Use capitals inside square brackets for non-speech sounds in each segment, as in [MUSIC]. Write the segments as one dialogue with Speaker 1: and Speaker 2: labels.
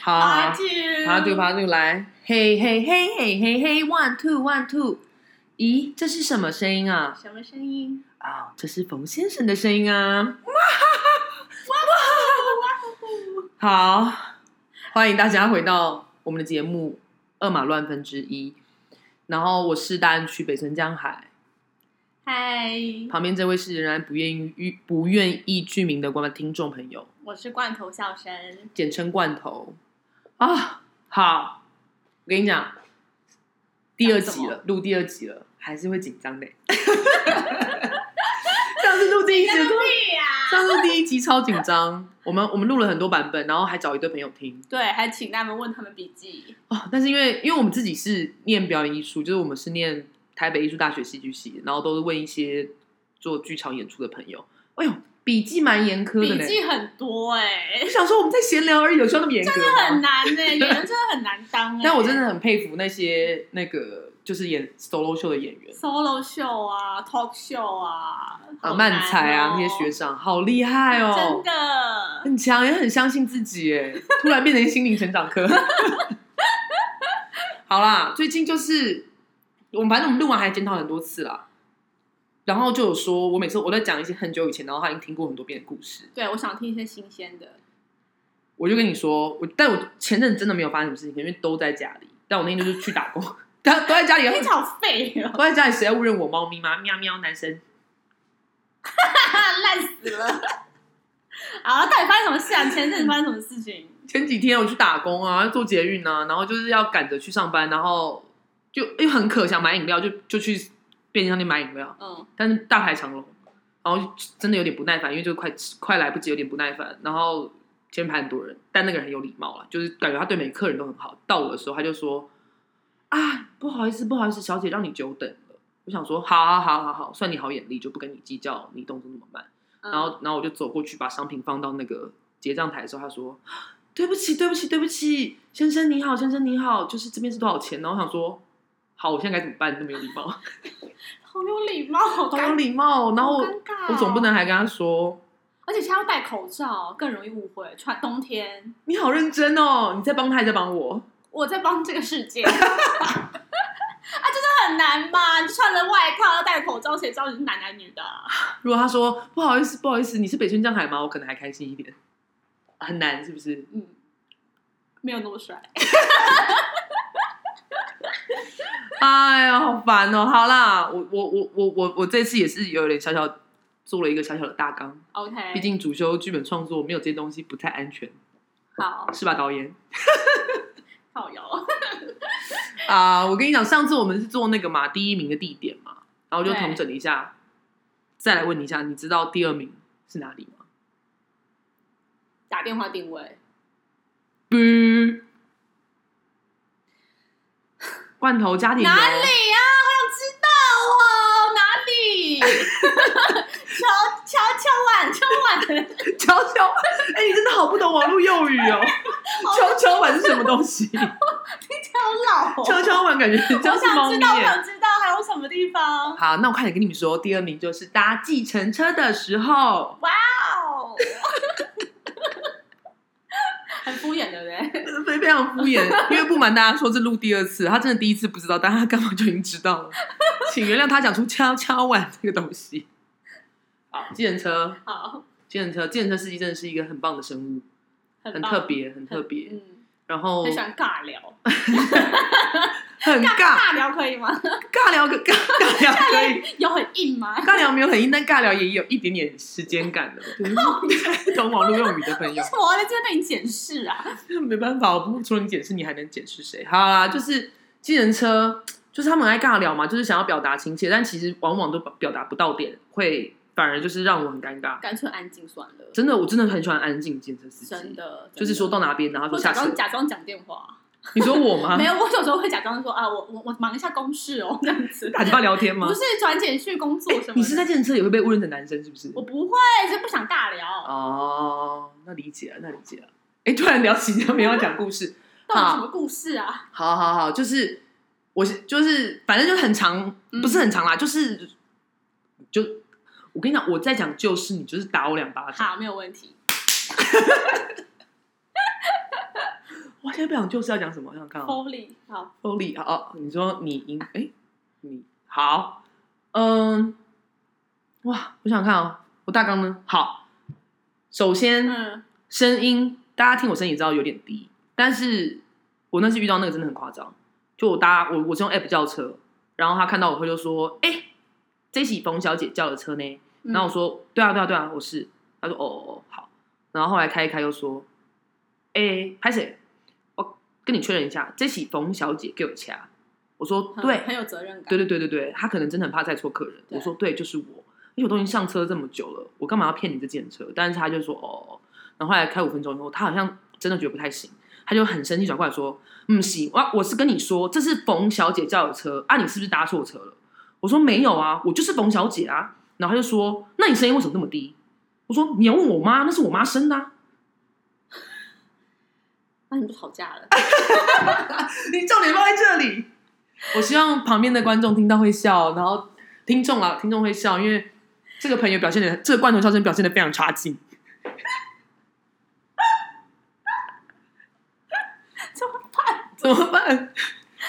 Speaker 1: 好好
Speaker 2: 八
Speaker 1: 好，
Speaker 2: 九，
Speaker 1: 爬就爬就来，嘿嘿嘿嘿嘿嘿，one two one two，咦，这是什么声音啊？
Speaker 2: 什么声音？ [LAUGHS]
Speaker 1: 啊、这是冯先生的声音啊！好，欢迎大家回到我们的节目《二马乱分之一》，然后我是大安区北村江海，
Speaker 2: 嗨，
Speaker 1: 旁边这位是仍然不愿意不愿意具名的观众听众朋友，
Speaker 2: 我是罐头笑声。
Speaker 1: 简称罐头啊。好，我跟你讲，第二集了，录第二集了，还是会紧张的。 [LAUGHS] 上次录第一集
Speaker 2: 个
Speaker 1: 真的
Speaker 2: 屁呀！
Speaker 1: 上次第一集超紧张，我们我们录了很多版本，然后还找一堆朋友听
Speaker 2: 对，还请他们问他们笔记。
Speaker 1: 哦。但是因为因为我们自己是念表演艺术，就是我们是念台北艺术大学戏剧系，然后都是问一些做剧场演出的朋友。哎呦，笔记蛮严苛的
Speaker 2: 笔
Speaker 1: 呢。
Speaker 2: 记很多哎
Speaker 1: 我，想说我们在闲聊而已，有需要那么严格
Speaker 2: 很
Speaker 1: 吗？
Speaker 2: 难呢，
Speaker 1: [LAUGHS]
Speaker 2: 演员真的很难当哎。
Speaker 1: 但我真的很佩服那些那个就是演 solo 秀的演员
Speaker 2: solo 秀啊，talk 秀啊，好
Speaker 1: 啊，
Speaker 2: 难
Speaker 1: 漫才啊
Speaker 2: 哦啊
Speaker 1: 那些学长，好厉害哦，
Speaker 2: 真的。
Speaker 1: 很强，也很相信自己，耶。突然变成心灵成长课。 [LAUGHS] 好啦，最近就是我们反正我们录完还检讨很多次啦，然后就有说，我每次我在讲一些很久以前，然后他已经听过很多遍的故事，
Speaker 2: 对，我想听一些新鲜的。
Speaker 1: 我就跟你说，我但我前阵子真的没有发生什么事情，因为都在家里，但我那天就是去打工， [LAUGHS] 都都在家里，
Speaker 2: 你好废哦，[LAUGHS]
Speaker 1: [LAUGHS] 都在家里，谁要误认我猫咪吗？喵喵，男生。
Speaker 2: 烂死了。啊，到底发生什么事啊？前阵子发生什么事情？
Speaker 1: 前几天我去打工啊，做捷运啊，然后就是要赶着去上班，然后就又很渴，想买饮料，就就去便利商店买饮料，
Speaker 2: 嗯，
Speaker 1: 但是大排长龙，然后真的有点不耐烦，因为就快快来不及，有点不耐烦。然后前面排很多人，但那个人很有礼貌啦，就是感觉他对每个客人都很好。到我的时候，他就说：“啊，不好意思，不好意思，小姐让你久等了。”我想说：“好好好好好，算你好眼力，就不跟你计较你动作那么慢。”
Speaker 2: 嗯
Speaker 1: 然后然后我就走过去把商品放到那个结账台的时候，他说：“对不起，对不起，对不起，先生你好，先生你好，就是这边是多少钱？”然后我想说：“好，我现在该怎么办？这么有礼
Speaker 2: [LAUGHS]
Speaker 1: 貌，
Speaker 2: 好没有礼貌，好
Speaker 1: 好
Speaker 2: 尴
Speaker 1: 有礼貌。”哦然后
Speaker 2: 好
Speaker 1: 我
Speaker 2: 尴尬、哦
Speaker 1: 我总不，能还跟他说
Speaker 2: 而且他要戴口罩，更容易误会。穿冬天，：“
Speaker 1: 你好认真哦，你在帮他，还在帮我。
Speaker 2: 我在帮这个世
Speaker 1: [LAUGHS]
Speaker 2: 界。啊，就是很难嘛！你穿着外套要戴口罩，谁知道你是男男女的啊？”
Speaker 1: 如果他说：“不好意思，不好意思，你是北村江海吗？”我可能还开心一点。很难是不是？
Speaker 2: 嗯，没有那么帅。
Speaker 1: 哎呀，好烦哦！好啦，我我我我我我这次也是有点小小做了一个小小的大纲，
Speaker 2: OK，
Speaker 1: 毕竟主修剧本创作没有这些东西不太安全，
Speaker 2: 好
Speaker 1: 是吧，导演？
Speaker 2: 好油。
Speaker 1: 啊、我跟你讲，上次我们是做那个嘛第一名的地点嘛，然后就
Speaker 2: 对
Speaker 1: 统整了一下，再来问你一下，你知道第二名是哪里吗？
Speaker 2: 打电话定位，
Speaker 1: 不， [LAUGHS] 罐头加点油，
Speaker 2: 哪里啊？好想知道哦，哪里？
Speaker 1: [LAUGHS]
Speaker 2: 敲敲敲碗 [LAUGHS] 敲碗，
Speaker 1: 敲敲，哎、你真的好不懂网络用语 [LAUGHS] 哦。敲敲碗是什么东西？
Speaker 2: 听起来 [LAUGHS] 好老、哦。
Speaker 1: 敲敲碗感觉很像
Speaker 2: 我
Speaker 1: 是
Speaker 2: 想知
Speaker 1: 猫咪
Speaker 2: 道，我
Speaker 1: 耶。
Speaker 2: 想知道还有什么地方？
Speaker 1: 好，那我快点跟你们说，第二名就是搭计程车的时候。
Speaker 2: 哦，很敷衍，对不对？
Speaker 1: [LAUGHS] 非非常敷衍，因为不瞒大家说，这录第二次，他真的第一次不知道，但他刚刚就已经知道了，请原谅他讲出“敲敲碗”这个东西。好，计程车，
Speaker 2: 好，
Speaker 1: 计程车，计程车司机真的是一个很棒的生物，很
Speaker 2: 棒
Speaker 1: 特，别，很特别。哦
Speaker 2: 嗯，
Speaker 1: 然后
Speaker 2: 很喜欢尬聊，
Speaker 1: 很尬，
Speaker 2: 尬聊可以吗？ [LAUGHS]
Speaker 1: 尬聊个尬尬聊可以，
Speaker 2: 有很硬吗？
Speaker 1: 尬聊没有很硬，但尬聊也有一点点时间感的。 [LAUGHS] 对懂网络用语的朋友
Speaker 2: 为。什么我要在这边被你检视啊？
Speaker 1: [LAUGHS] 没办法，我不除了你解释，你还能解释谁？好啦，就是计程车，就是他们很爱尬聊嘛，就是想要表达亲切，但其实往往都表达不到点，会反而就是让我很尴尬。
Speaker 2: 干脆安静算了，
Speaker 1: 真的，我真的很喜欢安静计程车司机，
Speaker 2: 真的，
Speaker 1: 就是说到
Speaker 2: 哪，
Speaker 1: 哪边，然后
Speaker 2: 或
Speaker 1: 就
Speaker 2: 假
Speaker 1: 下啊车
Speaker 2: 装。假装讲电话，
Speaker 1: [LAUGHS] 你说我
Speaker 2: [LAUGHS]
Speaker 1: 吗
Speaker 2: 没？有，我有时候会假装说啊，我我我忙一下公事哦， [LAUGHS] 这样子，
Speaker 1: 打电话聊天吗
Speaker 2: 不？是转简讯工作什么的，
Speaker 1: 你是在计程车也会被误认成男生是不是？
Speaker 2: 我不会，就不想尬聊，
Speaker 1: 哦，那理解了，那理解了。哎，突然聊起没有讲故事，
Speaker 2: 到底有什么故事啊？
Speaker 1: 好好好，就是我是就是反正就很长，
Speaker 2: 嗯
Speaker 1: 不是很长啦，就是就我跟你讲，我在讲就是你就是打我两巴掌，
Speaker 2: 好，没有问题。
Speaker 1: 我现在不想就是要讲什么，我想看哦。
Speaker 2: Foley，好，
Speaker 1: Foley 哦，你说你赢哎、你好，嗯，哇，我想看哦，我大纲呢？好，首先、
Speaker 2: 嗯，
Speaker 1: 声音，大家听我声音也知道有点低，但是我那次遇到那个真的很夸张，就我搭我我是用 app 叫车，然后他看到我会就说，哎、这起冯小姐叫的车呢？然后我说，对啊对啊对啊，我是。他说，哦哦哦，好。然后后来开一开又说，哎、拍谁？我跟你确认一下，这起冯小姐给我掐。我说
Speaker 2: 嗯
Speaker 1: 对，
Speaker 2: 很有责任感，
Speaker 1: 对对对对对，他可能真的很怕载错客人。
Speaker 2: 对
Speaker 1: 我说对，就是我，因为我都已经上车这么久了，我干嘛要骗你这件车？但是他就说哦，然后后来开五分钟以后，他好像真的觉得不太行，他就很生气转过来说，嗯，行，我我是跟你说，这是冯小姐叫的车啊，你是不是搭错车了？我说没有啊，我就是冯小姐啊。然后他就说，那你声音为什么那么低？我说你要问我妈，那是我妈生的、啊。
Speaker 2: 那啊你们就吵架
Speaker 1: [LAUGHS]
Speaker 2: 了，
Speaker 1: 你重点放在这里。我希望旁边的观众听到会笑，然后听众啊，听众会笑，因为这个朋友表现的，这个罐头笑声表现的非常差劲。
Speaker 2: 怎么办？
Speaker 1: 怎么办？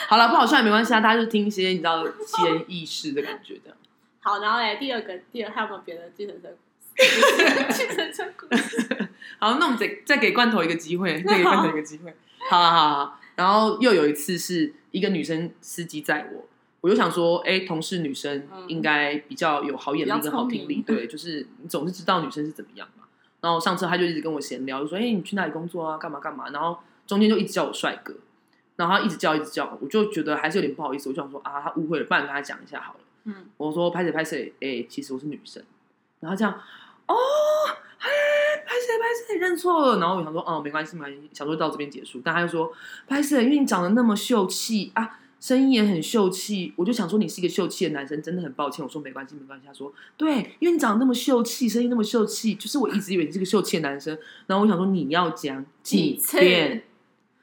Speaker 1: 好了，不好笑也没关系啊，大家就听一些你知道奇人异事的感觉这样。
Speaker 2: 好，然后来第二个，第二还有没有别的计程车
Speaker 1: [LAUGHS]
Speaker 2: 故事？计程车故事，
Speaker 1: 好，那我们再再给罐头一个机
Speaker 2: [LAUGHS]
Speaker 1: 会，再给罐头一个机会。好啊好好好，然后又有一次是一个女生司机载我，我就想说，哎、同事女生
Speaker 2: 嗯
Speaker 1: 应该比较有好眼力跟好听
Speaker 2: 比，较聪
Speaker 1: 力
Speaker 2: 明
Speaker 1: 对，就是你总是知道女生是怎么样嘛。然后上车他就一直跟我闲聊，就说，哎、你去哪里工作啊？干嘛干嘛？然后中间就一直叫我帅哥，然后他一直叫一直叫，我就觉得还是有点不好意思，我就想说啊，他误会了，不然跟他讲一下好了。
Speaker 2: 嗯，
Speaker 1: 我说拍谁拍谁，哎、其实我是女生。然后这样，哦，哎，拍谁拍谁认错了。然后我想说，哦，没关系，没关系，想说到这边结束。但他就说，拍谁，因为你长得那么秀气啊，声音也很秀气，我就想说你是一个秀气的男生，真的很抱歉。我说没关系，没关系。他说，对，因为你长得那么秀气，声音那么秀气，就是我一直以为你是个秀气的男生。然后我想说，你要讲几
Speaker 2: 几次
Speaker 1: 遍？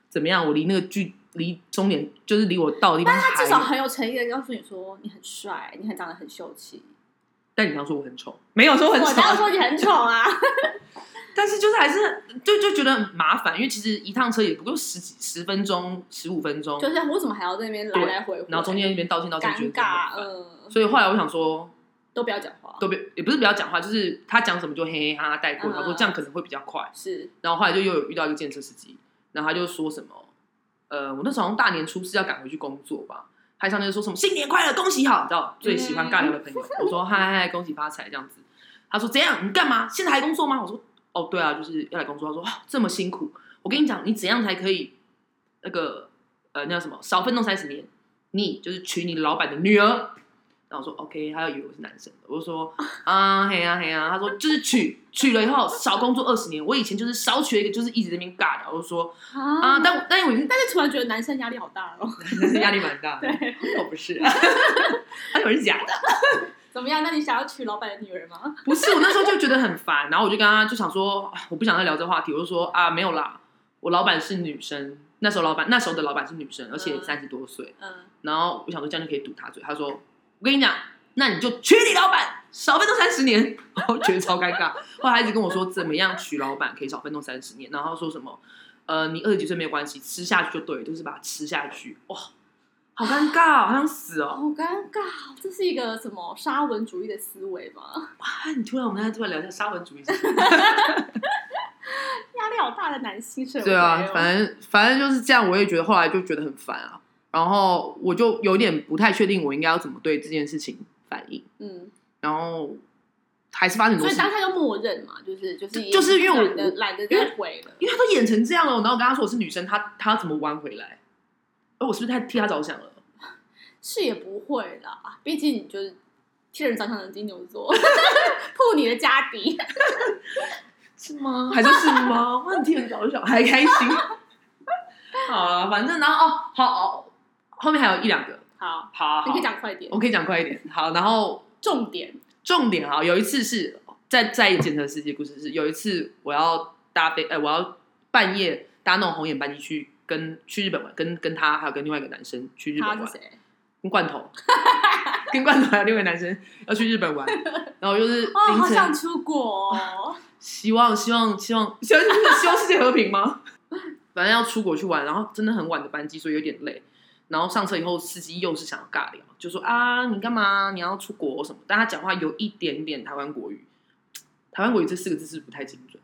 Speaker 1: 怎么样？我离那个距离终点，就是离我到的地方，
Speaker 2: 他至少很有诚意的告诉你说你很帅，你很长得很秀气，
Speaker 1: 但你刚说我很丑，没有说我很
Speaker 2: 我
Speaker 1: 丑
Speaker 2: 当，然说你很丑
Speaker 1: [LAUGHS]
Speaker 2: 啊，
Speaker 1: 但是就是还是就就觉得很麻烦，因为其实一趟车也不过十几十分钟、十五分钟，
Speaker 2: 就是我怎么还要在那边来
Speaker 1: 对
Speaker 2: 来回回，
Speaker 1: 然后中间那边道歉道歉，
Speaker 2: 尴
Speaker 1: 觉得很
Speaker 2: 尬，
Speaker 1: 烦。
Speaker 2: 呃，
Speaker 1: 所以后来我想说，
Speaker 2: 都不要讲话，
Speaker 1: 都别也不是不要讲话，就是他讲什么就嘿嘿哈哈带过。
Speaker 2: 嗯
Speaker 1: 他说这样可能会比较快。
Speaker 2: 是
Speaker 1: 然后后来就又有遇到一个建设司机，然后他就说什么，呃，我那时候好像大年初四要赶回去工作吧，他上面就说什么新年快乐，恭喜好，你知道最喜欢尬聊的朋友， [LAUGHS] 我说嗨嗨，恭喜发财这样子。他说怎样？你干嘛？现在还工作吗？我说哦，对啊，就是要来工作。他说、哦、这么辛苦，我跟你讲，你怎样才可以那个呃那叫什么少奋斗三十年？你就是娶你老板的女儿。然后我说 OK，他要以为我是男生，我就说啊嘿呀嘿呀，他说就是娶娶了以后少工作二十年，我以前就是少娶了一个，就是一直在那边尬聊，我就说啊，
Speaker 2: 啊
Speaker 1: 但我但是我已经
Speaker 2: 但是突然觉得男生压力好大哦，
Speaker 1: 但 [LAUGHS] 是压力蛮大的，
Speaker 2: 对，
Speaker 1: 我
Speaker 2: [LAUGHS]
Speaker 1: 不是， [LAUGHS] 而且我是假的，
Speaker 2: 怎么样？那你想要娶老板的女儿吗？
Speaker 1: 不是我那时候就觉得很烦，然后我就跟他就想说，啊我不想再聊这话题，我就说啊没有啦，我老板是女生，那时候老板那时候的老板是女生，而且
Speaker 2: 嗯
Speaker 1: 三十多岁，
Speaker 2: 嗯，
Speaker 1: 然后我想说这样就可以堵他嘴，他说我跟你讲，那你就娶你老板，少奋斗三十年， [LAUGHS] 我觉得超尴尬，后来他一直跟我说怎么样娶老板可以少奋斗三十年，然后说什么呃你二十几岁没有关系，吃下去就对了，就是把它吃下去，哇，好尴尬哦，好想死哦。
Speaker 2: 好尴尬，这是一个什么沙文主义的思维吗？
Speaker 1: 啊！你突然，我们刚才突然聊一下沙文主义是什么。
Speaker 2: 压力好大的男性社会哦，
Speaker 1: [LAUGHS] 对啊，反正反正就是这样，我也觉得后来就觉得很烦啊。然后我就有点不太确定我应该要怎么对这件事情反应，
Speaker 2: 嗯，
Speaker 1: 然后还是发生很多
Speaker 2: 所以
Speaker 1: 事
Speaker 2: 当下就默认嘛，就是就是
Speaker 1: 就是因为我
Speaker 2: 懒得懒得再回了，
Speaker 1: 因为他都演成这样了，然后我跟他说我是女生，他他要怎么弯回来？而我是不是太替他着想了？
Speaker 2: 是也不会啦，毕竟你就是替人着想的金牛座， [LAUGHS] 护你的家底，
Speaker 1: 是吗？还是是吗？那你替人着想还开心？ [LAUGHS] 好了，反正然后哦，好哦，后面还有一两个，
Speaker 2: 好，
Speaker 1: 好好好
Speaker 2: 你可以，讲快点，
Speaker 1: 我可以讲快一点。好，然后
Speaker 2: 重点，
Speaker 1: 重点啊，有一次是在在检测世界故事是有一次我要搭飞，呃，我要半夜搭那种红眼班机去跟去日本玩，跟跟他还有跟另外一个男生去日本
Speaker 2: 他
Speaker 1: 玩
Speaker 2: 是，谁？
Speaker 1: 跟罐头， [LAUGHS] 跟罐头还有另外一个男生要去日本
Speaker 2: [LAUGHS]
Speaker 1: 玩，然后就是
Speaker 2: 哦，好
Speaker 1: 凌晨，
Speaker 2: 想出国哦， [LAUGHS]
Speaker 1: 希望希望希望希望希望世界和平吗？ [LAUGHS] 反正要出国去玩，然后真的很晚的班机，所以有点累。然后上车以后，司机又是想要尬聊，就说啊，你干嘛？你要出国什么？但他讲话有一点点台湾国语，台湾国语这四个字是不太精准，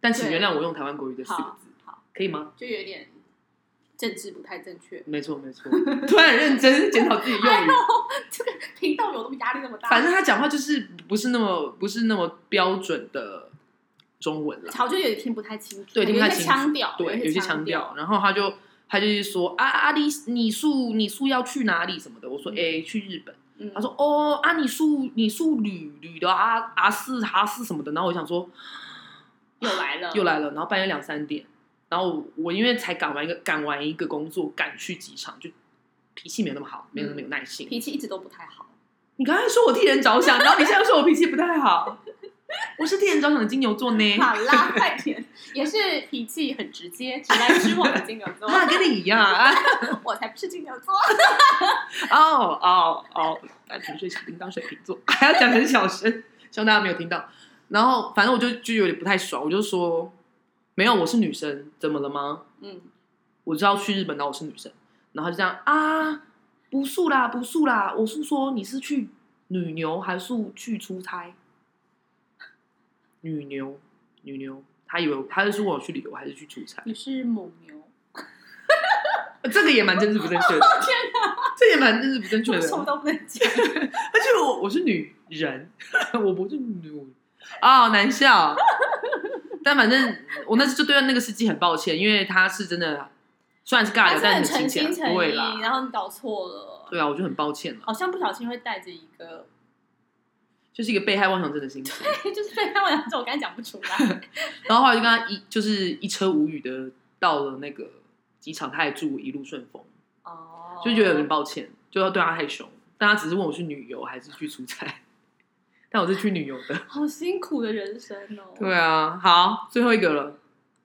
Speaker 1: 但请
Speaker 2: 对
Speaker 1: 原谅我用台湾国语 [LAUGHS] 这四个
Speaker 2: 好
Speaker 1: 字，
Speaker 2: 好，
Speaker 1: 可以吗？
Speaker 2: 就有点政治不太正确。
Speaker 1: 没错没错，突然很认真检讨自己用
Speaker 2: 哎
Speaker 1: 语
Speaker 2: 呦。，这个频道有那么压力那么大？
Speaker 1: 反正他讲话就是不是那么不是那么标准的中文啦，
Speaker 2: 潮就有点听不太清楚，
Speaker 1: 对听不太
Speaker 2: 有一些
Speaker 1: 清楚
Speaker 2: 腔调，
Speaker 1: 对，有
Speaker 2: 一
Speaker 1: 些
Speaker 2: 些
Speaker 1: 腔
Speaker 2: 调。
Speaker 1: 调。然后他就他就是说啊啊，你你叔你叔要去哪里什么的，我说哎、去日本。
Speaker 2: 嗯，
Speaker 1: 他说哦啊，你叔你叔旅旅的啊啊是啊是什么的，然后我想说
Speaker 2: 嗯又来了，
Speaker 1: 又来了，然后半夜两三点，然后我我因为才赶完一个赶完一个工作，赶去机场就脾气没有那么好，没有那么有耐性。
Speaker 2: 脾气一直都不太好。
Speaker 1: 你刚才说我替人着想，然后你现在又说我脾气不太好，我是替人着想的金牛座呢。
Speaker 2: [LAUGHS] 好啦，快点，也是脾气很直接，直来直往的金牛座，
Speaker 1: 啊，跟你一样啊！
Speaker 2: 我才不是金牛座。
Speaker 1: 哦哦哦，单纯水小叮当水瓶座， [LAUGHS] 还要讲很小声，希望大家没有听到。然后反正我就就有点不太爽，我就说没有，我是女生，怎么了吗？
Speaker 2: 嗯，
Speaker 1: 我知道去日本，然后我是女生，然后他就这样啊，不是啦，不是啦，我是说你是去女牛还是去出差？女牛，女牛，他以为他是说我去旅游还是去出差，
Speaker 2: 你是母牛，
Speaker 1: 这个也蛮政治不正确
Speaker 2: [LAUGHS]
Speaker 1: 的，
Speaker 2: 天
Speaker 1: 这也蛮政治不正确
Speaker 2: 我
Speaker 1: 的，
Speaker 2: 什么都不能讲。
Speaker 1: 而且我我是女人，我不是女啊、难笑。但反正我那次就对那个司机很抱歉，因为他是真的虽然是尬
Speaker 2: 他
Speaker 1: 聊，
Speaker 2: 是
Speaker 1: 但
Speaker 2: 很
Speaker 1: 是很
Speaker 2: 诚
Speaker 1: 亲
Speaker 2: 心
Speaker 1: 切啊，
Speaker 2: 诚
Speaker 1: 对
Speaker 2: 意，
Speaker 1: 啦，
Speaker 2: 然后你搞错了，
Speaker 1: 对啊，我就很抱歉了，
Speaker 2: 好像不小心会带着一个， [LAUGHS]
Speaker 1: 就是一个被害妄想症的心情。
Speaker 2: 就是对他们两种，我刚才讲不出 [LAUGHS] 来。
Speaker 1: 然后后来就跟他一就是一车无语的到了那个机场，他也祝我一路顺风，
Speaker 2: 哦，
Speaker 1: 就觉得有点抱歉，就要对他太凶。但他只是问我去旅游还是去出差，但我是去旅游的。
Speaker 2: 好辛苦的人生哦。
Speaker 1: 对啊，好，最后一个了，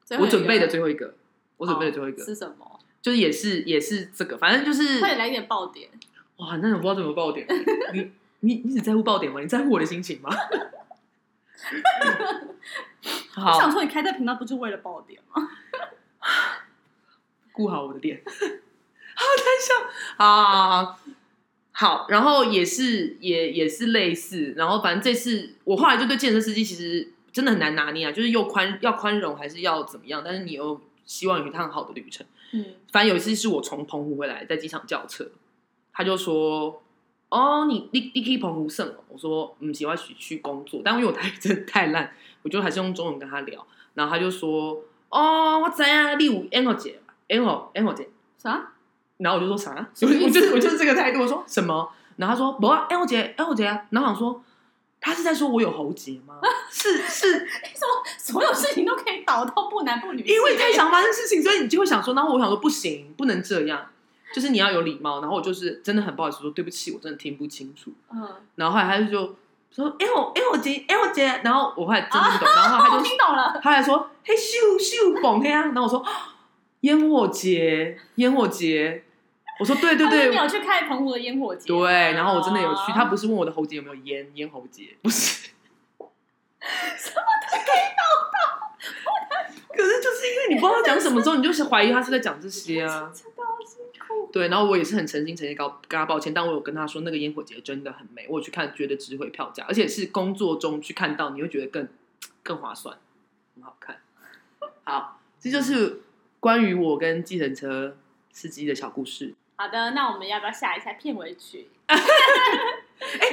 Speaker 2: 最后
Speaker 1: 我
Speaker 2: 一个哦
Speaker 1: 准备的最后一个，我准备的最后一个
Speaker 2: 是什么？
Speaker 1: 就是也是也是这个，反正就是
Speaker 2: 嗯快点来一点爆点。
Speaker 1: 哇，那我不知道怎么爆点。你你你只在乎爆点吗？你在乎我的心情
Speaker 2: [LAUGHS]
Speaker 1: 吗？ [LAUGHS]
Speaker 2: 我想
Speaker 1: 好，
Speaker 2: 说，你开这频道不是为了爆点吗？
Speaker 1: 顾好我的脸。好难笑啊！好，然后也是也也是类似，然后反正这次我后来就对健身司机其实真的很难拿捏啊，就是又宽要宽容还是要怎么样，但是你又希望有一趟好的旅程。
Speaker 2: 嗯，
Speaker 1: 反正有一次是我从澎湖回来，在机场叫车，他就说：“哦，你你你去澎湖省哦。”我说：“嗯，喜欢去去工作，但因为我台语真的太烂，我就还是用中文跟他聊。”然后他就说：“哦，我知啊，你有 N 姐，N 号 N 姐。
Speaker 2: 啥？”
Speaker 1: 然后我就说啥？ [LAUGHS]
Speaker 2: 什
Speaker 1: 我
Speaker 2: 么意
Speaker 1: 就我
Speaker 2: 思
Speaker 1: 就我就是这个态度。我说什么？然后他说：“不啊，N 姐，N 姐。”然后我想说，他是在说我有喉结吗？ [LAUGHS] 是是
Speaker 2: [LAUGHS] 所有事情都可以导到不男不女，
Speaker 1: 因为你太想发生事情，所以你就会想说，然后我想说不行，不能这样，就是你要有礼貌。然后我就是真的很不好意思说对不起，我真的听不清楚。
Speaker 2: 嗯，
Speaker 1: 然后后来他就就说，哎、我哎、我姐哎、我姐，然后我后来真的不懂，然后他
Speaker 2: 我
Speaker 1: 就
Speaker 2: 哦听懂 [LAUGHS] 了，
Speaker 1: 他还说嘿咻咻蹦嘿啊，然后我说 [GASPS] 啊烟火节烟火节，我说对对
Speaker 2: 他说
Speaker 1: 对
Speaker 2: 你。有去看澎湖的烟火节啊吗？
Speaker 1: 对，然后我真的有去，他
Speaker 2: 哦
Speaker 1: 不是问我的喉结有没有烟，咽喉结
Speaker 2: [LAUGHS]
Speaker 1: 不是，
Speaker 2: [LAUGHS]
Speaker 1: 什么都可以到到，可是就是因为你不知道他讲什么之后，你就是怀疑他是在讲这些啊。
Speaker 2: 真的好辛苦。
Speaker 1: 对，然后我也是很诚心诚意告跟他抱歉，但我有跟他说那个烟火节真的很美，我有去看觉得值回票价，而且是工作中去看到，你会觉得更更划算，很好看。好，这就是关于我跟计程车司机的小故事。
Speaker 2: 好的，那我们要不要下一下片尾曲？你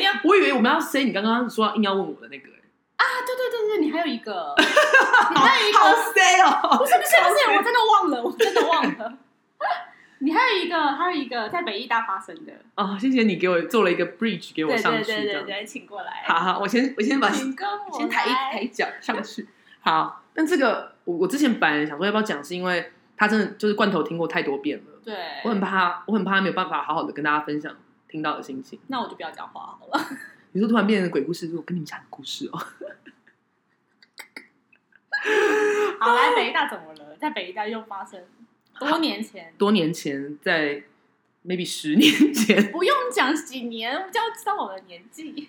Speaker 2: 要啊，
Speaker 1: 哎我以为我们要 say 你刚刚说要硬要问我的那个、欸
Speaker 2: 啊对对对对，你还有一 [LAUGHS] 个，你还 [LAUGHS] 有一
Speaker 1: 好
Speaker 2: 个，
Speaker 1: 塞哦！
Speaker 2: 不是不是不是，我真的忘了，我真的忘了。 [LAUGHS] 你还有一个，还有一个在北艺大发生的，
Speaker 1: 哦，谢谢你给我做了一个 bridge 给我
Speaker 2: 对
Speaker 1: 上
Speaker 2: 对
Speaker 1: 去，
Speaker 2: 对
Speaker 1: 这
Speaker 2: 对
Speaker 1: 样。
Speaker 2: 对，请过来，
Speaker 1: 好好，我先我先把
Speaker 2: 请跟我
Speaker 1: [LAUGHS] 先抬一
Speaker 2: 来
Speaker 1: 抬一脚上去。好，但这个我我之前本来想说要不要讲，是因为他真的就是罐头听过太多遍了，
Speaker 2: 对，
Speaker 1: 我很怕他，我很怕他没有办法好好的跟大家分享听到的心情。
Speaker 2: 那我就不要讲话好了。
Speaker 1: 你说突然变成鬼故事，我跟你们讲个故事哦。
Speaker 2: [LAUGHS] 好，来北艺大怎么了？在北艺大又发生多年前，
Speaker 1: 多年前，在 maybe 十年前，
Speaker 2: 不用讲几年，就要知道我的年纪。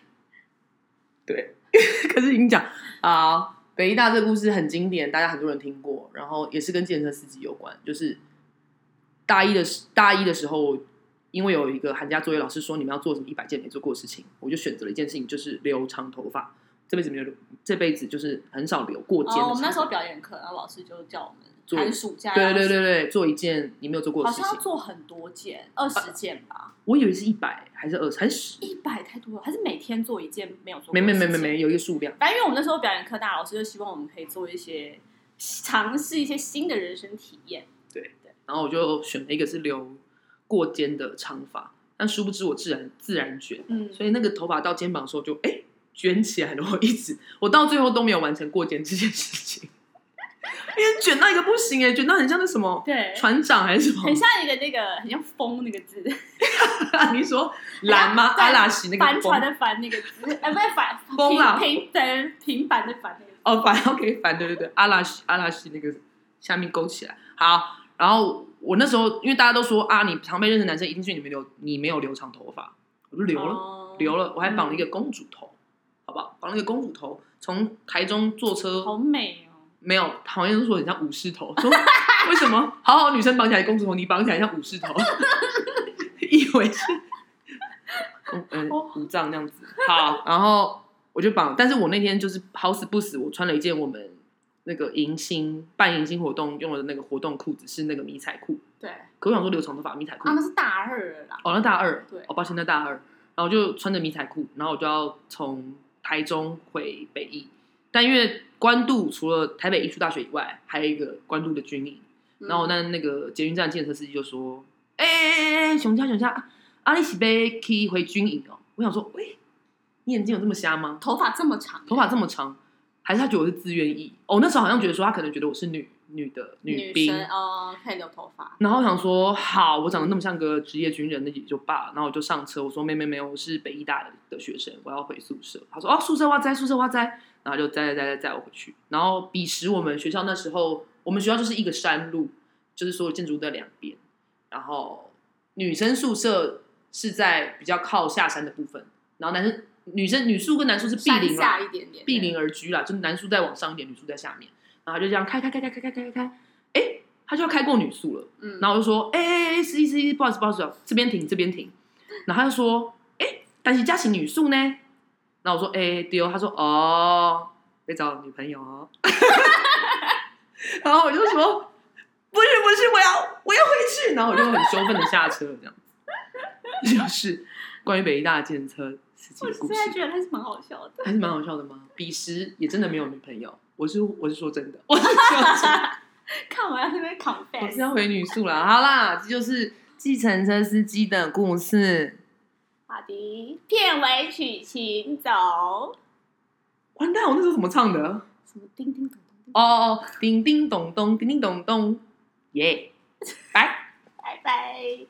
Speaker 1: 可是已经讲啊，北医大这个故事很经典，大家很多人听过，然后也是跟计程车司机有关。就是大一的时大一的时候，因为有一个寒假作业，老师说你们要做什么一百件没做过的事情，我就选择了一件事情，就是留长头发。这辈子没有留，这辈子就是很少留过肩的长
Speaker 2: 哦，
Speaker 1: 头发。
Speaker 2: 我们那时候表演课，然后老师就叫我们
Speaker 1: 做
Speaker 2: 寒暑假，
Speaker 1: 对对对，对，做一件你没有做过
Speaker 2: 好
Speaker 1: 的事
Speaker 2: 像
Speaker 1: 情
Speaker 2: 要。做很多件，
Speaker 1: 啊
Speaker 2: 二十件吧，
Speaker 1: 我以为是一百还是二十还是十，
Speaker 2: 一百太多了，还是每天做一件没有做过
Speaker 1: 没
Speaker 2: 的
Speaker 1: 没
Speaker 2: 事
Speaker 1: 没
Speaker 2: 情
Speaker 1: 没没，有一个数量。
Speaker 2: 反正因为我们那时候表演课大，老师就希望我们可以做一些尝试一些新的人生体验。
Speaker 1: 然后我就选了一个是留过肩的长发，但殊不知我自然自然卷，
Speaker 2: 嗯，
Speaker 1: 所以那个头发到肩膀的时候就哎、诶卷起来了。我一直我到最后都没有完成过肩这件事情，因为卷到一个不行哎、卷到很像那什么
Speaker 2: 对，
Speaker 1: 船长还是什么
Speaker 2: 很？像一个那个很像“风”那个
Speaker 1: [LAUGHS]
Speaker 2: 字，
Speaker 1: 你说蓝吗？
Speaker 2: 对
Speaker 1: 阿拉西那
Speaker 2: 帆
Speaker 1: 个
Speaker 2: 船
Speaker 1: 风
Speaker 2: 的“帆”那个
Speaker 1: [LAUGHS]
Speaker 2: 字，哎，不是帆，
Speaker 1: 风啊
Speaker 2: 平平对平凡的“凡”那个字。
Speaker 1: 哦，反 OK 反对对对，阿拉西阿拉西那个下面勾起来。好，然后我那时候因为大家都说啊，你常被认识的男生一定是你没留你没有留长头发，我就留了。
Speaker 2: 了
Speaker 1: 留了，我还
Speaker 2: 嗯
Speaker 1: 绑了一个公主头，好不好？绑了一个公主头，从台中坐
Speaker 2: 好
Speaker 1: 车
Speaker 2: 美哦！
Speaker 1: 没有，好像说很像武士头，说为 [LAUGHS] 什么好好女生绑起来公主头，你绑起来像武士头， [LAUGHS] 以为是 [LAUGHS] 嗯嗯
Speaker 2: 哦
Speaker 1: 五藏那样子。好，然后我就绑，但是我那天就是好死不死，我穿了一件我们那个迎新办迎新活动用的那个活动裤子是那个迷彩裤，
Speaker 2: 对，啊，
Speaker 1: 可我想说留长头发迷彩裤
Speaker 2: 那是大二了啦。
Speaker 1: 哦，那大二，
Speaker 2: 对
Speaker 1: 哦，抱歉，那大二，然后就穿着迷彩裤，然后我就要从台中回北艺，但因为关渡除了台北艺术大学以外，还有一个关渡的军营，
Speaker 2: 嗯
Speaker 1: 然后那那个捷运站建设司机就说：“哎哎哎哎，熊家熊家，啊啊，你是被踢回军营哦？”我想说，喂、你眼睛有这么瞎吗？
Speaker 2: 头发这么长，
Speaker 1: 头发这么长，还是他觉得我是自愿意？哦，那时候好像觉得说他可能觉得我是女女的
Speaker 2: 女
Speaker 1: 兵，
Speaker 2: 生哦，可以留头发。
Speaker 1: 然后我想说，好，我长得那么像个职业军人，那也就罢了。然后我就上车，我说：“妹妹，没有，我是北医大的学生，我要回宿舍。”他说：“哦，宿舍哇塞，宿舍哇塞。”然后就载载载载载我回去。然后彼时我们学校那时候，我们学校就是一个山路，就是所有建筑物的两边。然后女生宿舍是在比较靠下山的部分，然后男生女生女宿跟男宿是
Speaker 2: 山
Speaker 1: 毗邻啦
Speaker 2: 下，一点点，
Speaker 1: 避邻而居啦，就是男宿再往上一点，女宿在下面。然后就这样开开开开开开开开，哎，他就要开过女宿了。
Speaker 2: 嗯，
Speaker 1: 然后我就说，哎哎哎，司机司机，不好意思不好意思，这边停这边停。然后他就说，哎、但是嘉琪女宿呢？然后我说，哎、对哦。他说，哦，在找女朋友哦。 [LAUGHS] 然后我就说，不是不是，我要我要回去。然后我就很羞愤的下车，这样。 [LAUGHS] 就是关于北医大的建车司机
Speaker 2: 我
Speaker 1: 的故
Speaker 2: 现
Speaker 1: 事，
Speaker 2: 在觉得还是蛮好笑的。
Speaker 1: 还是蛮好笑的吗？彼时也真的没有女朋友，我是我是说真的， [LAUGHS] 我是说真的。
Speaker 2: 看我要那边
Speaker 1: 我是
Speaker 2: confess，
Speaker 1: 要回女宿了。好啦，这就是计程车司机的故事。
Speaker 2: 好的，片尾曲请走。
Speaker 1: 完蛋，我那时候怎么唱的？
Speaker 2: 什么叮叮咚咚叮，
Speaker 1: 哦 [LAUGHS] 哦，叮叮咚咚，叮叮咚咚，耶、拜。
Speaker 2: 拜拜。